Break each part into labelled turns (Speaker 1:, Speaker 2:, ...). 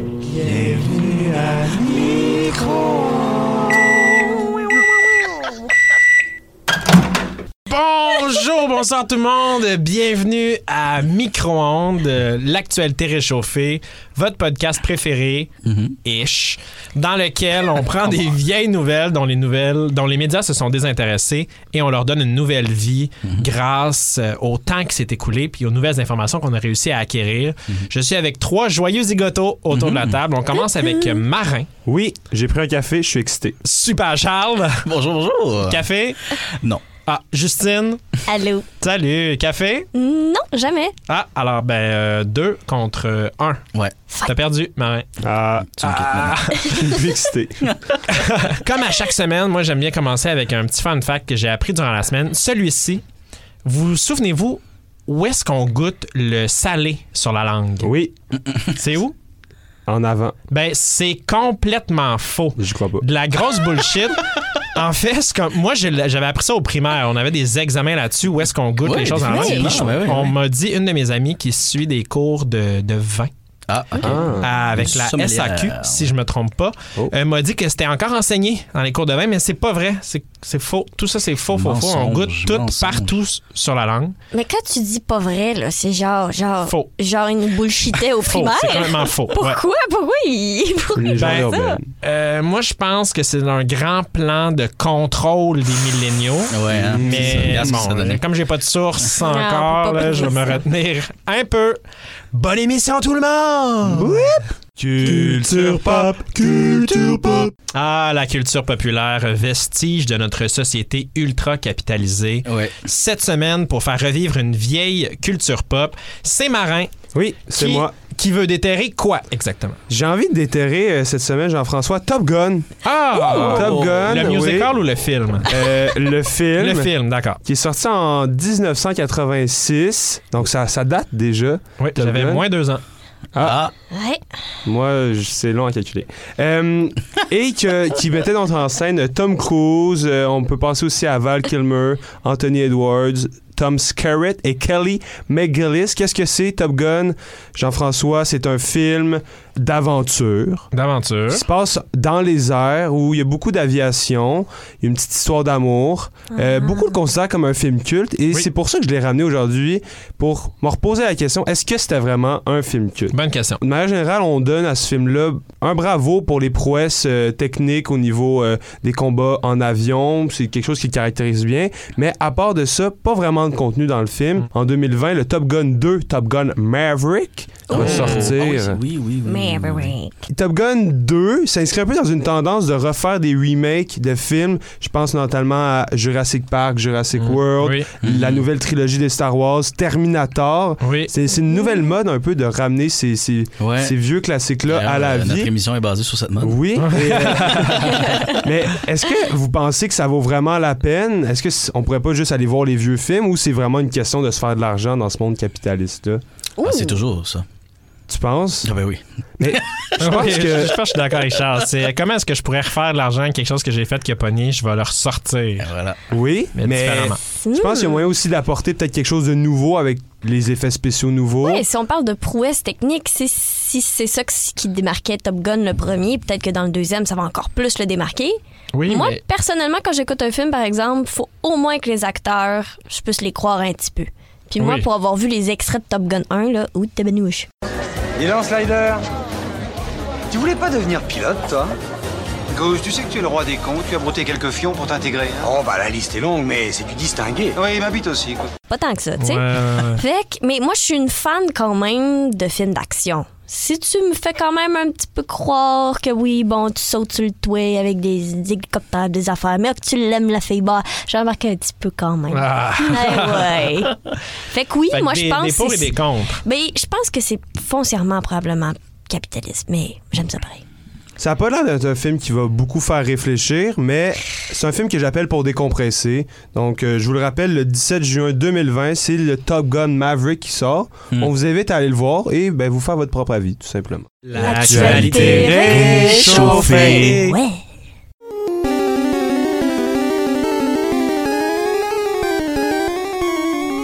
Speaker 1: Bienvenue à Bonjour, bonsoir tout le monde. Bienvenue à Micro-ondes, euh, l'actualité réchauffée, votre podcast préféré,
Speaker 2: Mm-hmm.
Speaker 1: ish, dans lequel on prend des vieilles nouvelles dont les nouvelles, dont les médias se sont désintéressés et on leur donne une nouvelle vie
Speaker 2: Mm-hmm.
Speaker 1: grâce euh, au temps qui s'est écoulé puis aux nouvelles informations qu'on a réussi à acquérir.
Speaker 2: Mm-hmm.
Speaker 1: Je suis avec trois joyeux zigotos autour de la table. On commence avec euh, Marin,
Speaker 3: Oui, j'ai pris un café, je suis excité.
Speaker 1: Super Charles,
Speaker 2: Bonjour, bonjour.
Speaker 1: Café.
Speaker 2: Non.
Speaker 1: Ah, Justine,
Speaker 4: Allô?
Speaker 1: salut, Café.
Speaker 4: Non, jamais.
Speaker 1: Ah, alors, ben, euh, deux contre euh, un.
Speaker 2: Ouais.
Speaker 1: T'as perdu, Marin.
Speaker 3: Ah,
Speaker 2: Tu me quittes maintenant.
Speaker 3: je suis excité.
Speaker 1: Comme à chaque semaine, moi, j'aime bien commencer avec un petit fun fact que j'ai appris durant la semaine. Celui-ci, vous souvenez-vous où est-ce qu'on goûte le salé sur la langue?
Speaker 3: Oui,
Speaker 1: C'est où?
Speaker 3: en avant.
Speaker 1: Ben, c'est complètement faux.
Speaker 3: J'y crois pas.
Speaker 1: De la grosse bullshit. En fait, c'est comme- moi, je l'ai- j'avais appris ça au primaire. On avait des examens là-dessus où est-ce qu'on goûte
Speaker 2: Ouais,
Speaker 1: les choses en langue.
Speaker 2: ouais,
Speaker 1: Puis
Speaker 2: ouais,
Speaker 1: je-
Speaker 2: ouais, ouais.
Speaker 1: on m'a dit, une de mes amies qui suit des cours de, de vin,
Speaker 2: Ah, ok.
Speaker 3: Ah,
Speaker 1: avec
Speaker 2: Une
Speaker 1: la
Speaker 2: sommelière.
Speaker 1: SAQ, si je me trompe pas,
Speaker 3: Oh.
Speaker 1: euh, m'a dit que c'était encore enseigné dans les cours de vin, mais c'est pas vrai. C'est c'est faux. Tout ça, c'est faux, faux, faux. On
Speaker 2: Mensonge,
Speaker 1: goûte tout
Speaker 2: mensonge.
Speaker 1: partout s- sur la langue.
Speaker 4: Mais quand tu dis pas vrai, là, c'est genre, genre,
Speaker 1: Faux.
Speaker 4: genre une bullshitait au
Speaker 1: Faux.
Speaker 4: primaire.
Speaker 1: C'est complètement faux. Ouais.
Speaker 4: Pourquoi? Pourquoi il... pourquoi-
Speaker 3: les gens
Speaker 1: Ben,
Speaker 3: urbaines.
Speaker 1: Euh, moi, je pense que c'est un grand plan de contrôle des milléniaux.
Speaker 3: Ah
Speaker 2: Ouais, hein, c'est ça.
Speaker 1: Mais
Speaker 2: Regarde ce que
Speaker 1: bon,
Speaker 2: ça donnait.
Speaker 1: comme j'ai pas de source
Speaker 4: on peut
Speaker 1: encore,
Speaker 4: pas
Speaker 1: là, je vais me
Speaker 4: prédire
Speaker 1: retenir
Speaker 4: ça.
Speaker 1: un peu. Bonne émission tout le monde!
Speaker 3: Culture pop, culture pop.
Speaker 1: Ah, la culture populaire, vestige de notre société ultra capitalisée.
Speaker 2: Ouais.
Speaker 1: Cette semaine, pour faire revivre une vieille culture pop, c'est Marin
Speaker 3: Oui, c'est
Speaker 1: Qui-
Speaker 3: moi.
Speaker 1: qui veut déterrer quoi exactement?
Speaker 3: J'ai envie de déterrer euh, cette semaine, Jean-François, Top Gun,
Speaker 1: Ah!
Speaker 3: Top Gun,
Speaker 1: Le musical ou le film?
Speaker 3: euh, oh. le film.
Speaker 1: Le film, d'accord.
Speaker 3: Qui est sorti en 1986, donc ça, ça date déjà.
Speaker 1: Oui,
Speaker 3: Top
Speaker 1: j'avais
Speaker 3: Gun.
Speaker 1: moins deux ans.
Speaker 2: Ah,
Speaker 4: Ouais.
Speaker 3: Moi, je- c'est long à calculer. Euh, et que, qui mettait donc en scène Tom Cruise, euh, on peut passer aussi à Val Kilmer, Anthony Edwards, Tom Skerritt et Kelly McGillis. Qu'est-ce que c'est Top Gun? Jean-François, c'est un film d'aventure
Speaker 1: D'aventure.
Speaker 3: qui se passe dans les airs où il y a beaucoup d'aviation, il y a une petite histoire d'amour. Euh, beaucoup le considèrent comme un film culte et
Speaker 1: Oui.
Speaker 3: c'est pour ça que je l'ai ramené aujourd'hui pour me reposer la question, est-ce que c'était vraiment un film culte?
Speaker 1: Bonne question.
Speaker 3: De manière générale, on donne à ce film-là un bravo pour les prouesses euh, techniques au niveau euh, des combats en avion. C'est quelque chose qui le caractérise bien. Mais à part de ça, pas vraiment de contenu dans le film. En 2020, le Top Gun 2, Top Gun Maverick, va sortir.
Speaker 2: Ah oui, c'est- oui, oui, oui.
Speaker 4: Mais, ouais, ouais.
Speaker 3: Top Gun 2 s'inscrit un peu dans une tendance de refaire des remakes de films. Je pense notamment à Jurassic Park, Jurassic
Speaker 2: Mm.
Speaker 3: World,
Speaker 1: Oui,
Speaker 3: la nouvelle trilogie des Star Wars, Terminator.
Speaker 1: oui.
Speaker 3: C'est c'est une nouvelle mode un peu de ramener ces- ces,
Speaker 2: Ouais.
Speaker 3: ces vieux classiques-là
Speaker 2: D'ailleurs,
Speaker 3: à la
Speaker 2: euh, Notre
Speaker 3: vie.
Speaker 2: émission est basée sur cette mode.
Speaker 3: Oui. et, euh, mais est-ce que vous pensez que ça vaut vraiment la peine? Est-ce que c- on pourrait pas juste aller voir les vieux films ou c'est vraiment une question de se faire de l'argent dans ce monde capitaliste-là?
Speaker 2: Ah, c'est
Speaker 4: Ouh.
Speaker 2: toujours ça.
Speaker 3: Tu penses?
Speaker 2: Ah, ben oui.
Speaker 1: Je
Speaker 3: pense
Speaker 1: que...
Speaker 3: que-
Speaker 1: je, pense que je suis d'accord avec Charles. C'est comment est-ce que je pourrais refaire de l'argent, quelque chose que j'ai fait qui a pogné, je vais le
Speaker 2: Ben
Speaker 1: ressortir.
Speaker 2: voilà.
Speaker 3: Oui,
Speaker 1: Mais
Speaker 3: mais,
Speaker 1: différemment.
Speaker 3: je pense qu'il y a moyen aussi d'apporter peut-être quelque chose de nouveau avec les effets spéciaux nouveaux.
Speaker 4: Ouais, si on parle de prouesse technique, c'est si c'est ça que- qui démarquait Top Gun le premier, peut-être que dans le deuxième, ça va encore plus le démarquer.
Speaker 1: Oui,
Speaker 4: Moi,
Speaker 1: mais
Speaker 4: personnellement, quand j'écoute un film, par exemple, faut au moins que les acteurs, je puisse les croire un petit peu. Puis moi,
Speaker 1: Oui.
Speaker 4: pour avoir vu les extraits de Top Gun 1, là, ou de Tabanouche.
Speaker 5: Il en slider Tu voulais pas devenir pilote, toi
Speaker 6: Gauche, tu sais que tu es le roi des cons, tu as brouté quelques fions pour t'intégrer. hein.
Speaker 5: Oh, bah la liste est longue, mais c'est du distingué.
Speaker 6: Oui, il m'habite aussi, écoute.
Speaker 4: Pas tant que ça, tu sais.
Speaker 1: Ouais, ouais, ouais.
Speaker 4: Fait que- mais moi, je suis une fan quand même de films d'action. Si tu me fais quand même un petit peu croire que oui, bon, tu sautes sur le toit avec des hélicoptères, des affaires, mais que tu l'aimes, la fille, bah, j'embarque un petit peu quand même.
Speaker 1: Ah.
Speaker 4: Eh ouais. Fait que oui,
Speaker 1: Fait que
Speaker 4: moi,
Speaker 1: des,
Speaker 4: je pense.
Speaker 1: des pour
Speaker 4: que
Speaker 1: et
Speaker 4: c'est-
Speaker 1: des contre.
Speaker 4: ben, je pense que c'est foncièrement probablement capitaliste, mais j'aime ça pareil.
Speaker 3: Ça a pas l'air d'être un film qui va beaucoup faire réfléchir, mais c'est un film que j'appelle pour décompresser. Donc, euh, je vous le rappelle, le 17 juin 2020, c'est le Top Gun Maverick qui sort.
Speaker 2: Hmm.
Speaker 3: On vous invite à aller le voir et ben, vous faire votre propre avis, tout simplement.
Speaker 1: L'actualité
Speaker 2: réchauffée.
Speaker 4: Ouais.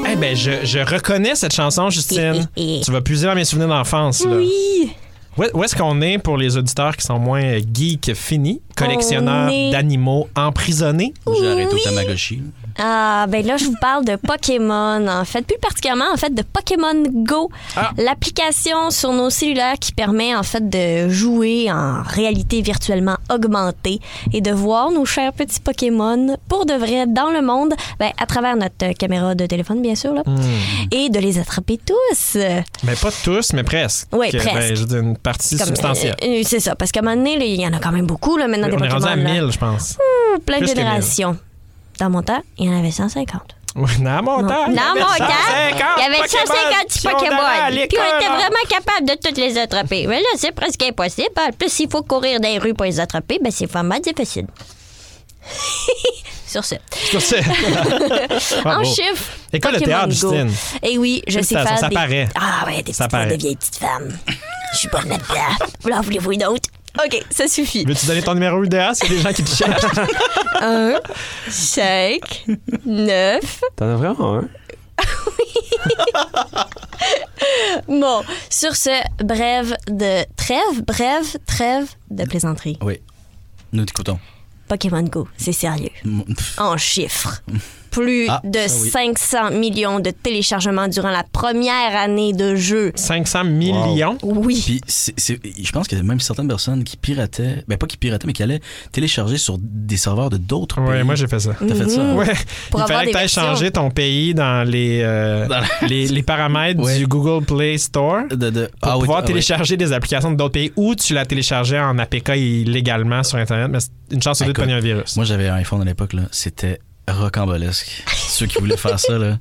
Speaker 1: Eh ben, je, je reconnais cette chanson, Justine. tu vas puiser dans mes souvenirs d'enfance. là.
Speaker 4: Eh, Oui.
Speaker 1: Où où est-ce qu'on est pour les auditeurs qui sont moins euh, geeks finis, collectionneurs
Speaker 4: On est-
Speaker 1: d'animaux emprisonnés?
Speaker 2: J'ai arrêté au Tamagotchi.
Speaker 4: Ah, ben là, je vous parle de Pokémon, en fait. Plus particulièrement, en fait, de Pokémon Go.
Speaker 1: Ah.
Speaker 4: L'application sur nos cellulaires qui permet, en fait, de jouer en réalité virtuellement augmentée et de voir nos chers petits Pokémon pour de vrai dans le monde, ben, à travers notre euh, caméra de téléphone, bien sûr, là,
Speaker 1: Hmm.
Speaker 4: et de les attraper tous.
Speaker 1: Mais pas tous, mais presque.
Speaker 4: Ouais,
Speaker 1: Que, ben,
Speaker 4: presque.
Speaker 1: je veux dire, une partie
Speaker 4: Comme,
Speaker 1: substantielle.
Speaker 4: euh, euh, c'est ça, parce qu'à un moment donné, là, il y en a quand même beaucoup, là, maintenant, des
Speaker 1: on est rendu
Speaker 4: Pokémon.
Speaker 1: à
Speaker 4: là.
Speaker 1: 1000, je pense.
Speaker 4: plein
Speaker 1: Plus
Speaker 4: de
Speaker 1: que mille.
Speaker 4: générations. Dans mon temps, il y en avait 150.
Speaker 1: Ouais, Dans mon
Speaker 4: Non,
Speaker 1: temps, il y
Speaker 4: dans
Speaker 1: avait
Speaker 4: mon temps,
Speaker 1: 150
Speaker 4: il y avait 150 petits
Speaker 1: Pokémon. Puis on allait à
Speaker 4: Pokémon. Puis on était
Speaker 1: l'école. hein.
Speaker 4: vraiment capable de toutes les attraper. Mais là, c'est presque impossible. En plus, s'il faut courir dans les rues pour les attraper, ben c'est vraiment difficile. Sur ce.
Speaker 1: Sur ce-
Speaker 4: en
Speaker 1: Bravo.
Speaker 4: chiffre.
Speaker 1: École de théâtre, Justine.
Speaker 4: Et Eh oui, je sais
Speaker 1: Félicitations,
Speaker 4: faire
Speaker 1: ça
Speaker 4: des...
Speaker 1: paraît.
Speaker 4: Ah ouais, des
Speaker 1: Ça
Speaker 4: petites voix de
Speaker 1: paraît.
Speaker 4: vieilles petites femmes. Je suis bonne là-dedans. Vous en voulez-vous une autre? OK, ça suffit.
Speaker 1: Veux-tu donner ton numéro UDA? C'est des gens qui te cherchent.
Speaker 4: 1, 5, 9,
Speaker 3: T'en as vraiment un?
Speaker 4: Bon, sur ce, brève de trêve, brève, trêve de plaisanterie.
Speaker 2: Oui. Nous t'écoutons.
Speaker 4: Pokémon Go, c'est sérieux.
Speaker 2: Mon- pff,
Speaker 4: En chiffres. Plus
Speaker 2: Ah,
Speaker 4: de
Speaker 2: ça oui.
Speaker 4: 500 millions de téléchargements durant la première année de jeu.
Speaker 1: 500 millions.
Speaker 4: Oui.
Speaker 2: Puis, c'est- c'est- je pense qu'il y a même certaines personnes qui pirataient, ben pas qui pirataient, mais qui allaient télécharger sur des serveurs de d'autres
Speaker 1: Ouais,
Speaker 2: pays.
Speaker 1: moi j'ai fait ça.
Speaker 2: T'as fait ça?
Speaker 1: Mhm. Ouais.
Speaker 4: Pour
Speaker 1: Il
Speaker 4: avoir
Speaker 1: fallait que
Speaker 4: des
Speaker 1: tu ailles
Speaker 4: versions.
Speaker 1: changer ton pays dans les, euh,
Speaker 2: Dans
Speaker 1: les, les paramètres
Speaker 2: Ouais.
Speaker 1: du Google Play Store pour
Speaker 2: De, de- ah oui,
Speaker 1: pouvoir
Speaker 2: ah oui.
Speaker 1: télécharger des applications de d'autres pays ou tu la téléchargeais en APK illégalement sur Internet, mais c'est une chance sur deux de
Speaker 2: Écoute,
Speaker 1: pogner un virus.
Speaker 2: Moi, j'avais un iPhone à l'époque, là. C'était rocambolesque. Ceux qui voulaient faire ça, là.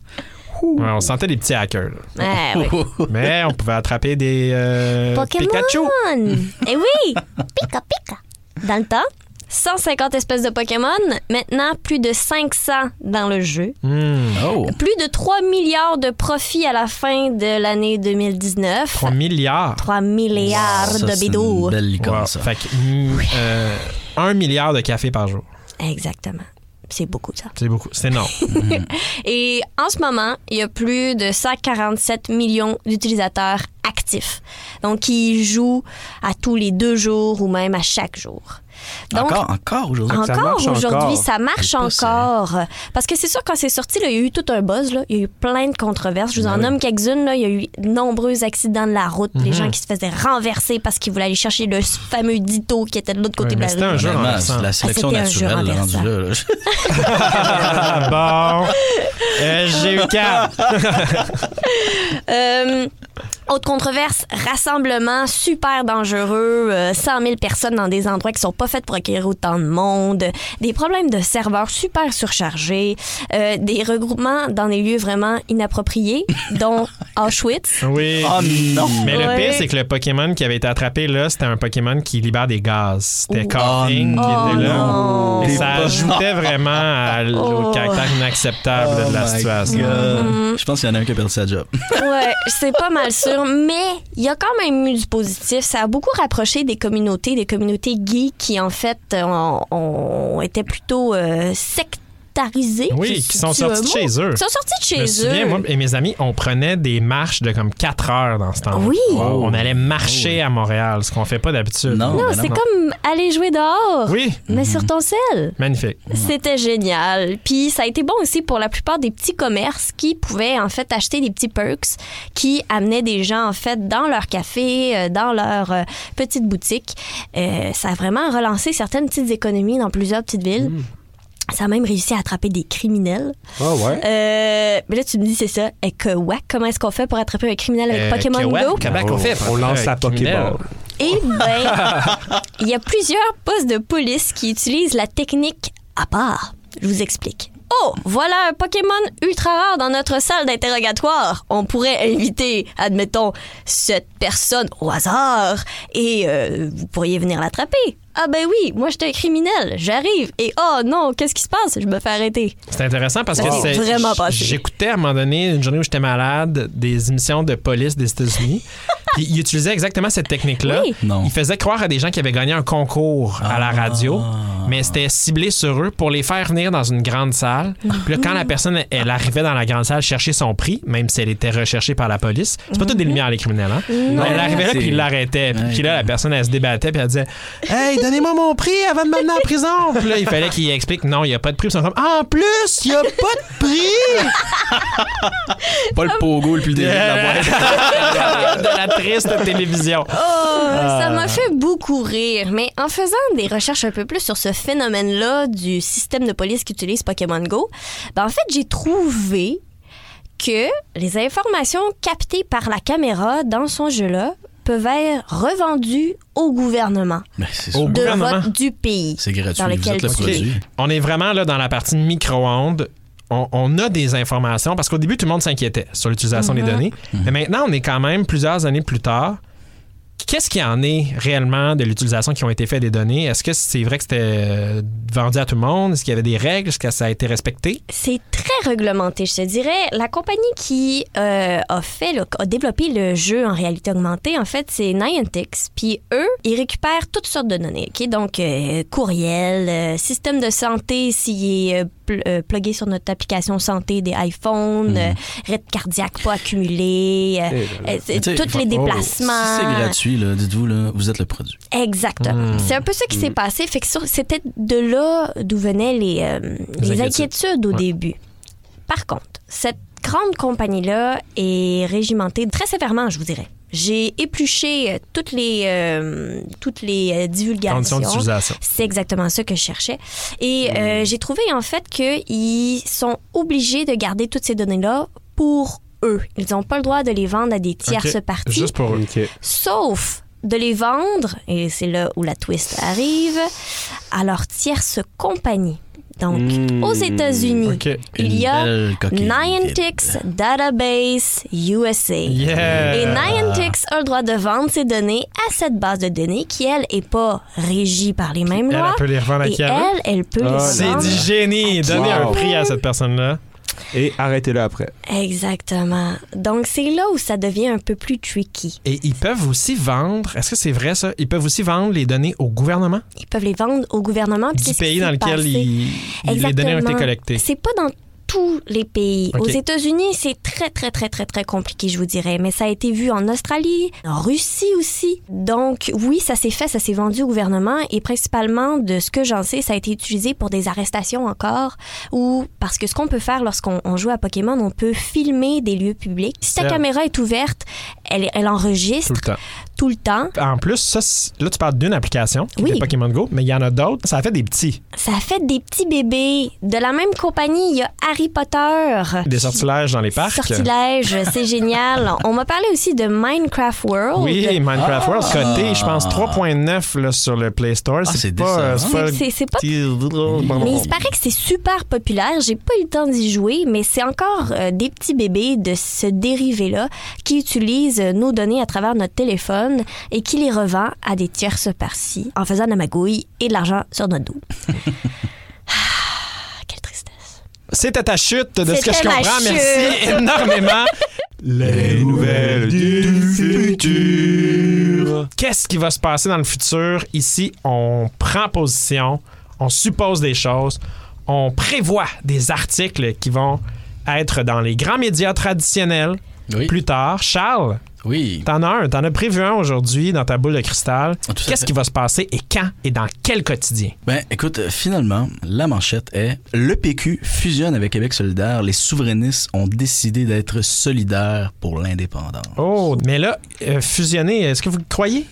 Speaker 1: Ouais, on sentait des petits hackers. là.
Speaker 4: Ah, oui.
Speaker 1: Mais on pouvait attraper des euh,
Speaker 4: Pokémon.
Speaker 1: Pikachu.
Speaker 4: Eh oui! Pika, pika! Dans le temps, 150 espèces de Pokémon, maintenant plus de 500 dans le jeu.
Speaker 1: Hmm,
Speaker 2: Oh!
Speaker 4: Plus de 3 milliards de profits à la fin de l'année 2019. 3,
Speaker 1: 3 milliards.
Speaker 4: milliards
Speaker 2: Ça,
Speaker 4: de
Speaker 2: c'est une
Speaker 4: bédos.
Speaker 2: Belle licorne,
Speaker 1: Wow.
Speaker 2: ça.
Speaker 1: Fait que, hmm, euh, 1 milliard de café par jour.
Speaker 4: Exactement. C'est beaucoup, ça.
Speaker 1: C'est beaucoup. C'est énorme.
Speaker 4: Et en ce moment, il y a plus de 147 millions d'utilisateurs actifs. Donc, qui jouent à tous les deux jours ou même à chaque jour. Donc,
Speaker 2: encore, encore aujourd'hui.
Speaker 3: ça marche
Speaker 4: Encore aujourd'hui,
Speaker 3: encore.
Speaker 4: ça marche
Speaker 2: Je sais pas,
Speaker 4: encore. Parce que c'est sûr, quand c'est sorti, là, il y a eu tout un buzz. là. Il y a eu plein de controverses. Je vous en nomme quelques-unes. là. Il y a eu de nombreux accidents de la route. Les gens qui se faisaient renverser parce qu'ils voulaient aller chercher le fameux dito qui était de l'autre côté
Speaker 1: Ouais, mais
Speaker 4: de
Speaker 1: c'était
Speaker 4: la
Speaker 1: un
Speaker 4: rue.
Speaker 1: jeu
Speaker 2: Vraiment,
Speaker 1: renversant.
Speaker 2: la sélection
Speaker 4: Ah, c'était un jeu
Speaker 2: naturelle, là, rendu là. là.
Speaker 1: Ah, bon. Euh, j'ai eu 4.
Speaker 4: Euh, autre controverse, rassemblement super dangereux, euh, 100 000 personnes dans des endroits qui sont pas faits pour accueillir autant de monde, des problèmes de serveurs super surchargés, euh, des regroupements dans des lieux vraiment inappropriés, dont Auschwitz.
Speaker 1: Oui.
Speaker 2: Oh non!
Speaker 1: Mais le
Speaker 4: Ouais.
Speaker 1: pire, c'est que le Pokémon qui avait été attrapé là, c'était un Pokémon qui libère des gaz. C'était
Speaker 4: Oh.
Speaker 1: Coughing
Speaker 4: Oh
Speaker 1: qui était là.
Speaker 4: non!
Speaker 1: Et ça ajoutait vraiment à l- au
Speaker 4: Oh.
Speaker 1: caractère inacceptable de
Speaker 2: Oh
Speaker 1: la situation.
Speaker 4: Mm-hmm.
Speaker 2: Euh, Je pense qu'il y en a un qui a perdu sa job.
Speaker 4: Ouais, c'est pas mal sûr, mais il y a quand même eu du positif. Ça a beaucoup rapproché des communautés, des communautés geeks qui, en fait, ont, ont- étaient plutôt euh, sectarisées.
Speaker 1: Oui,
Speaker 4: C'est-
Speaker 1: qui sont
Speaker 4: c'est un
Speaker 1: sortis
Speaker 4: mot?
Speaker 1: de chez eux.
Speaker 4: Ils sont sortis de
Speaker 1: Je me
Speaker 4: chez
Speaker 1: souviens,
Speaker 4: eux.
Speaker 1: moi et mes amis, on prenait des marches de comme 4 heures dans ce temps
Speaker 4: Oui.
Speaker 1: On allait marcher à Montréal, ce qu'on fait pas d'habitude.
Speaker 2: Non.
Speaker 4: non,
Speaker 2: mais
Speaker 4: c'est comme aller jouer dehors,
Speaker 1: Oui, Mhm.
Speaker 4: mais sur ton sel.
Speaker 1: magnifique.
Speaker 4: C'était génial. Puis ça a été bon aussi pour la plupart des petits commerces qui pouvaient en fait acheter des petits perks qui amenaient des gens en fait dans leur café, euh, dans leur euh, petite boutique. Euh, ça a vraiment relancé certaines petites économies dans plusieurs petites villes. Ça a même réussi à attraper des criminels.
Speaker 3: Mm. Ah ouais?
Speaker 4: Euh, mais là, tu me dis, c'est ça. Et que, ouais, comment est-ce qu'on fait pour attraper un criminel avec
Speaker 1: Euh,
Speaker 4: Pokémon
Speaker 1: que- ouais,
Speaker 4: Go?
Speaker 1: Québec, on fait.
Speaker 3: On lance la
Speaker 1: euh, criminel.
Speaker 3: Pokéball.
Speaker 4: Eh ben, bien, il y a plusieurs postes de police qui utilisent la technique à part. Je vous explique. Oh, voilà un Pokémon ultra rare dans notre salle d'interrogatoire. On pourrait inviter, admettons, cette personne au hasard et euh, vous pourriez venir l'attraper. Ah ben oui, moi j'étais un criminel, j'arrive et oh non, qu'est-ce qui se passe? Je me fais arrêter.
Speaker 1: C'est intéressant parce que
Speaker 4: Wow.
Speaker 1: c'est-
Speaker 4: Vraiment
Speaker 1: j-
Speaker 4: passé.
Speaker 1: J'écoutais à un moment donné, une journée où j'étais malade, des émissions de police des États-Unis. Puis ils utilisaient exactement cette technique-là.
Speaker 4: Oui.
Speaker 2: Non. Ah.
Speaker 1: Ils faisaient croire à des gens qui avaient gagné un concours à la radio, mais c'était ciblé sur eux pour les faire venir dans une grande salle. Puis là, quand la personne, elle arrivait dans la grande salle chercher son prix, même si elle était recherchée par la police, c'est pas toutes
Speaker 4: Mhm.
Speaker 1: des lumières, les criminels, hein? Elle arrivait là,
Speaker 2: C'est-
Speaker 1: puis ils l'arrêtaient. Puis,
Speaker 2: Ouais.
Speaker 1: puis là, la personne, elle se débattait, puis elle disait Hey, donnez-moi mon prix avant de m'amener en prison. Puis là, il fallait qu'il explique Non, il n'y a pas de prix. Ils sont comme En plus, il n'y a pas de prix
Speaker 2: Pas
Speaker 4: Ah
Speaker 2: le pogo depuis le début de la boîte.
Speaker 1: de la triste télévision.
Speaker 4: Oh, ça m'a fait beaucoup rire. Mais en faisant des recherches un peu plus sur ce phénomène-là du système de police qu'utilise Pokémon Go, ben en fait, j'ai trouvé que les informations captées par la caméra dans son jeu-là peuvent être revendues au gouvernement
Speaker 2: Ben, c'est
Speaker 1: Oh.
Speaker 2: sûr.
Speaker 4: de
Speaker 1: gouvernement?
Speaker 4: vote du pays.
Speaker 2: C'est gratuit,
Speaker 4: Dans
Speaker 2: vous
Speaker 4: lequel
Speaker 2: êtes le
Speaker 4: tu-
Speaker 2: produit.
Speaker 1: On est vraiment là dans la partie micro-ondes. On, on a des informations parce qu'au début, tout le monde s'inquiétait sur l'utilisation
Speaker 4: Mhm.
Speaker 1: des données. Mais maintenant, on est quand même plusieurs années plus tard. Qu'est-ce qui en est réellement de l'utilisation qui ont été faites des données? Est-ce que c'est vrai que c'était euh, vendu à tout le monde? Est-ce qu'il y avait des règles? Est-ce que ça a été respecté?
Speaker 4: C'est très réglementé, je te dirais. La compagnie qui euh, a fait, le- a développé le jeu en réalité augmentée, en fait, c'est Niantic. Puis eux, ils récupèrent toutes sortes de données. ok? Donc, euh, courriel, euh, système de santé s'il est euh, pl- euh, plugué sur notre application santé des iPhones,
Speaker 2: Mhm.
Speaker 4: euh, rythme cardiaque pas accumulé, euh, euh, c'est-
Speaker 2: Eh ben Mais tu sais,
Speaker 4: tous les
Speaker 2: oh,
Speaker 4: déplacements.
Speaker 2: Si c'est gratuit, là, dites-vous, là, vous êtes le produit.
Speaker 1: Hmm.
Speaker 4: Exactement. C'est un peu ça qui s'est passé. Fait que sur- c'était de là d'où venaient les, euh, les
Speaker 1: inquiétudes.
Speaker 4: inquiétudes au
Speaker 1: Ouais.
Speaker 4: début. Par contre, cette grande compagnie-là est régimentée très sévèrement, je vous dirais. J'ai épluché euh, toutes les, euh, toutes les euh, divulgations.
Speaker 1: Conditions d'utilisation. Hmm.
Speaker 4: C'est exactement ça que je cherchais. Et euh, j'ai trouvé en fait qu'ils sont obligés de garder toutes ces données-là pour eux. Ils n'ont pas le droit de les vendre à des tierces
Speaker 1: Ok.
Speaker 4: parties
Speaker 1: Juste pour eux.
Speaker 3: Ok.
Speaker 4: sauf de les vendre, et c'est là où la twist arrive, à leur tierce compagnie. Donc,
Speaker 3: Mmh.
Speaker 4: aux États-Unis,
Speaker 1: Hmm, OK.
Speaker 4: il y a
Speaker 2: Une belle coquille
Speaker 4: Niantic's
Speaker 2: vide.
Speaker 4: Database USA.
Speaker 1: Yeah!
Speaker 4: Et Niantic's a le droit de vendre ses données à cette base de données qui, elle, est pas régie par les mêmes
Speaker 1: elle,
Speaker 4: lois.
Speaker 1: elle peut les revendre à
Speaker 4: et
Speaker 1: qui elle veut.
Speaker 4: elle, elle peut
Speaker 3: Ah,
Speaker 4: les
Speaker 1: Oh, C'est
Speaker 4: vendre.
Speaker 1: du génie! Donner un
Speaker 3: Wow.
Speaker 1: prix à cette personne-là.
Speaker 3: Et arrêtez-le après.
Speaker 4: Exactement. Donc, c'est là où ça devient un peu plus tricky.
Speaker 1: Et ils peuvent aussi vendre, est-ce que c'est vrai ça? Ils peuvent aussi vendre les données au gouvernement
Speaker 4: Ils peuvent les vendre au gouvernement. puis
Speaker 1: du
Speaker 4: c'est ce qui
Speaker 1: pays dans
Speaker 4: s'est
Speaker 1: lequel
Speaker 4: passé.
Speaker 1: ils- ils- les données ont été
Speaker 4: Exactement.
Speaker 1: collectées.
Speaker 4: C'est pas dans tous les pays.
Speaker 1: Ok.
Speaker 4: Aux États-Unis, c'est très, très, très, très, très compliqué, je vous dirais. Mais ça a été vu en Australie, en Russie aussi. Donc, oui, ça s'est fait, ça s'est vendu au gouvernement. Et principalement, de ce que j'en sais, ça a été utilisé pour des arrestations encore. Ou parce que ce qu'on peut faire lorsqu'on on joue à Pokémon, on peut filmer des lieux publics. Si ta
Speaker 1: Ça.
Speaker 4: caméra est ouverte, elle, elle enregistre
Speaker 1: Tout le temps.
Speaker 4: tout le temps.
Speaker 1: En plus, ça, c'est- là, tu parles d'une application, qui
Speaker 4: Oui.
Speaker 1: est Pokémon Go, mais il y en a d'autres. Ça a fait des petits,
Speaker 4: Ça a fait des petits bébés. De la même compagnie, il y a Harry Potter.
Speaker 1: des sortilèges dans les parcs.
Speaker 4: Sortilège, c'est génial. On m'a parlé aussi de Minecraft World.
Speaker 1: Oui, Minecraft
Speaker 2: Ah.
Speaker 1: World, coté, je pense, 3.9 là, sur le Play Store.
Speaker 2: c'est
Speaker 1: pas. euh, c'est
Speaker 2: décevant.
Speaker 1: pas-
Speaker 4: C'est- c'est- c'est pas- Mais il se paraît que c'est super populaire. J'ai pas eu le temps d'y jouer, mais c'est encore euh, des petits bébés de ce dérivé-là qui utilisent euh, nos données à travers notre téléphone et qui les revend à des tierces par-ci en faisant de la magouille et de l'argent sur notre dos. Ah, Quelle tristesse.
Speaker 1: C'était ta chute de ce que je
Speaker 4: C'était ma
Speaker 1: comprends.
Speaker 4: chute.
Speaker 1: Merci énormément.
Speaker 3: Les nouvelles du futur.
Speaker 1: qu'est-ce qui va se passer dans le futur. Ici, on prend position, on suppose des choses, on prévoit des articles qui vont être dans les grands médias traditionnels
Speaker 2: Oui.
Speaker 1: plus tard. Charles,
Speaker 2: Oui.
Speaker 1: t'en as un, t'en as prévu un aujourd'hui dans ta boule de cristal.
Speaker 2: Ah, tout à
Speaker 1: Qu'est-ce
Speaker 2: fait.
Speaker 1: qui va se passer et quand et dans quel quotidien?
Speaker 2: Ben, écoute, euh, finalement, la manchette est le PQ fusionne avec Québec solidaire. Les souverainistes ont décidé d'être solidaires pour l'indépendance.
Speaker 1: Oh, mais là, euh, fusionner, est-ce que vous le croyez?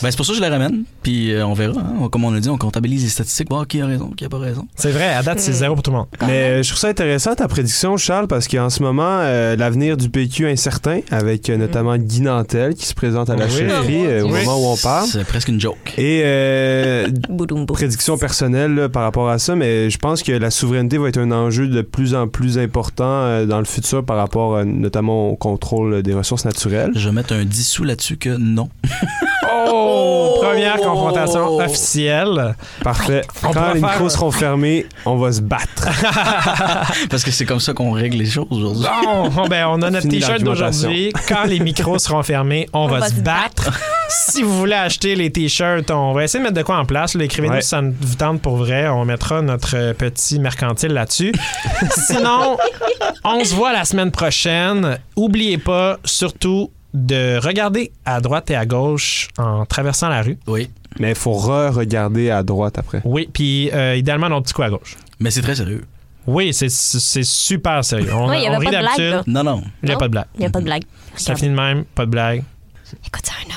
Speaker 2: Ben, c'est pour ça que je la ramène. Puis euh, on verra. hein. On- Comme on a dit, on comptabilise les statistiques, voir qui a raison, qui a pas raison.
Speaker 1: C'est vrai, à date, c'est zéro pour tout le monde.
Speaker 3: Mais je trouve ça intéressant ta prédiction, Charles, parce qu'en ce moment, euh, l'avenir du PQ est incertain, avec euh, notamment représente Guy Nantel qui se présente à la
Speaker 1: Oui.
Speaker 3: chefferie euh, au
Speaker 1: Oui.
Speaker 3: moment où on parle.
Speaker 2: C'est presque une joke.
Speaker 3: Et euh,
Speaker 4: Boudoum, boum.
Speaker 3: prédiction personnelle là, euh, par rapport à ça, mais je pense que la souveraineté va être un enjeu de plus en plus important euh, dans le futur par rapport euh, notamment au contrôle euh, des ressources naturelles.
Speaker 2: Je vais mettre un dissous là-dessus que non.
Speaker 1: Oh! Première confrontation officielle.
Speaker 3: Parfait.
Speaker 1: On
Speaker 3: Quand
Speaker 1: pourra
Speaker 3: les
Speaker 1: faire-
Speaker 3: micros seront fermés, on va se battre.
Speaker 2: Parce que c'est comme ça qu'on règle les choses aujourd'hui.
Speaker 3: Ah.
Speaker 1: Bon, bon, ben, on a notre
Speaker 3: Fini
Speaker 1: t-shirt
Speaker 3: l'argumentation.
Speaker 1: d'aujourd'hui. Quand les micros seront fermés, on, va, se battre. si vous voulez acheter les t-shirts, on va essayer de mettre de quoi en place. là. Écrivez-nous
Speaker 3: Ouais.
Speaker 1: si ça vous tente pour vrai. On mettra notre euh, petit mercantile là-dessus. Sinon, on se voit la semaine prochaine. Oubliez pas, surtout, de regarder à droite et à gauche en traversant la rue.
Speaker 2: Oui,
Speaker 3: mais il faut re-regarder à droite après.
Speaker 1: Oui, puis euh, idéalement, notre petit coup à gauche.
Speaker 2: mais c'est très sérieux.
Speaker 1: Oui, c'est c'est super sérieux. On,
Speaker 4: Ouais, il y
Speaker 1: on
Speaker 4: avait
Speaker 1: rit
Speaker 4: pas de blague,
Speaker 1: d'habitude.
Speaker 4: là.
Speaker 2: Non, non.
Speaker 1: Il n'y a
Speaker 4: Non.
Speaker 1: pas de blague.
Speaker 4: Il n'y a pas de blague.
Speaker 1: Ça finit de même, pas de blague.
Speaker 4: Écoute ça un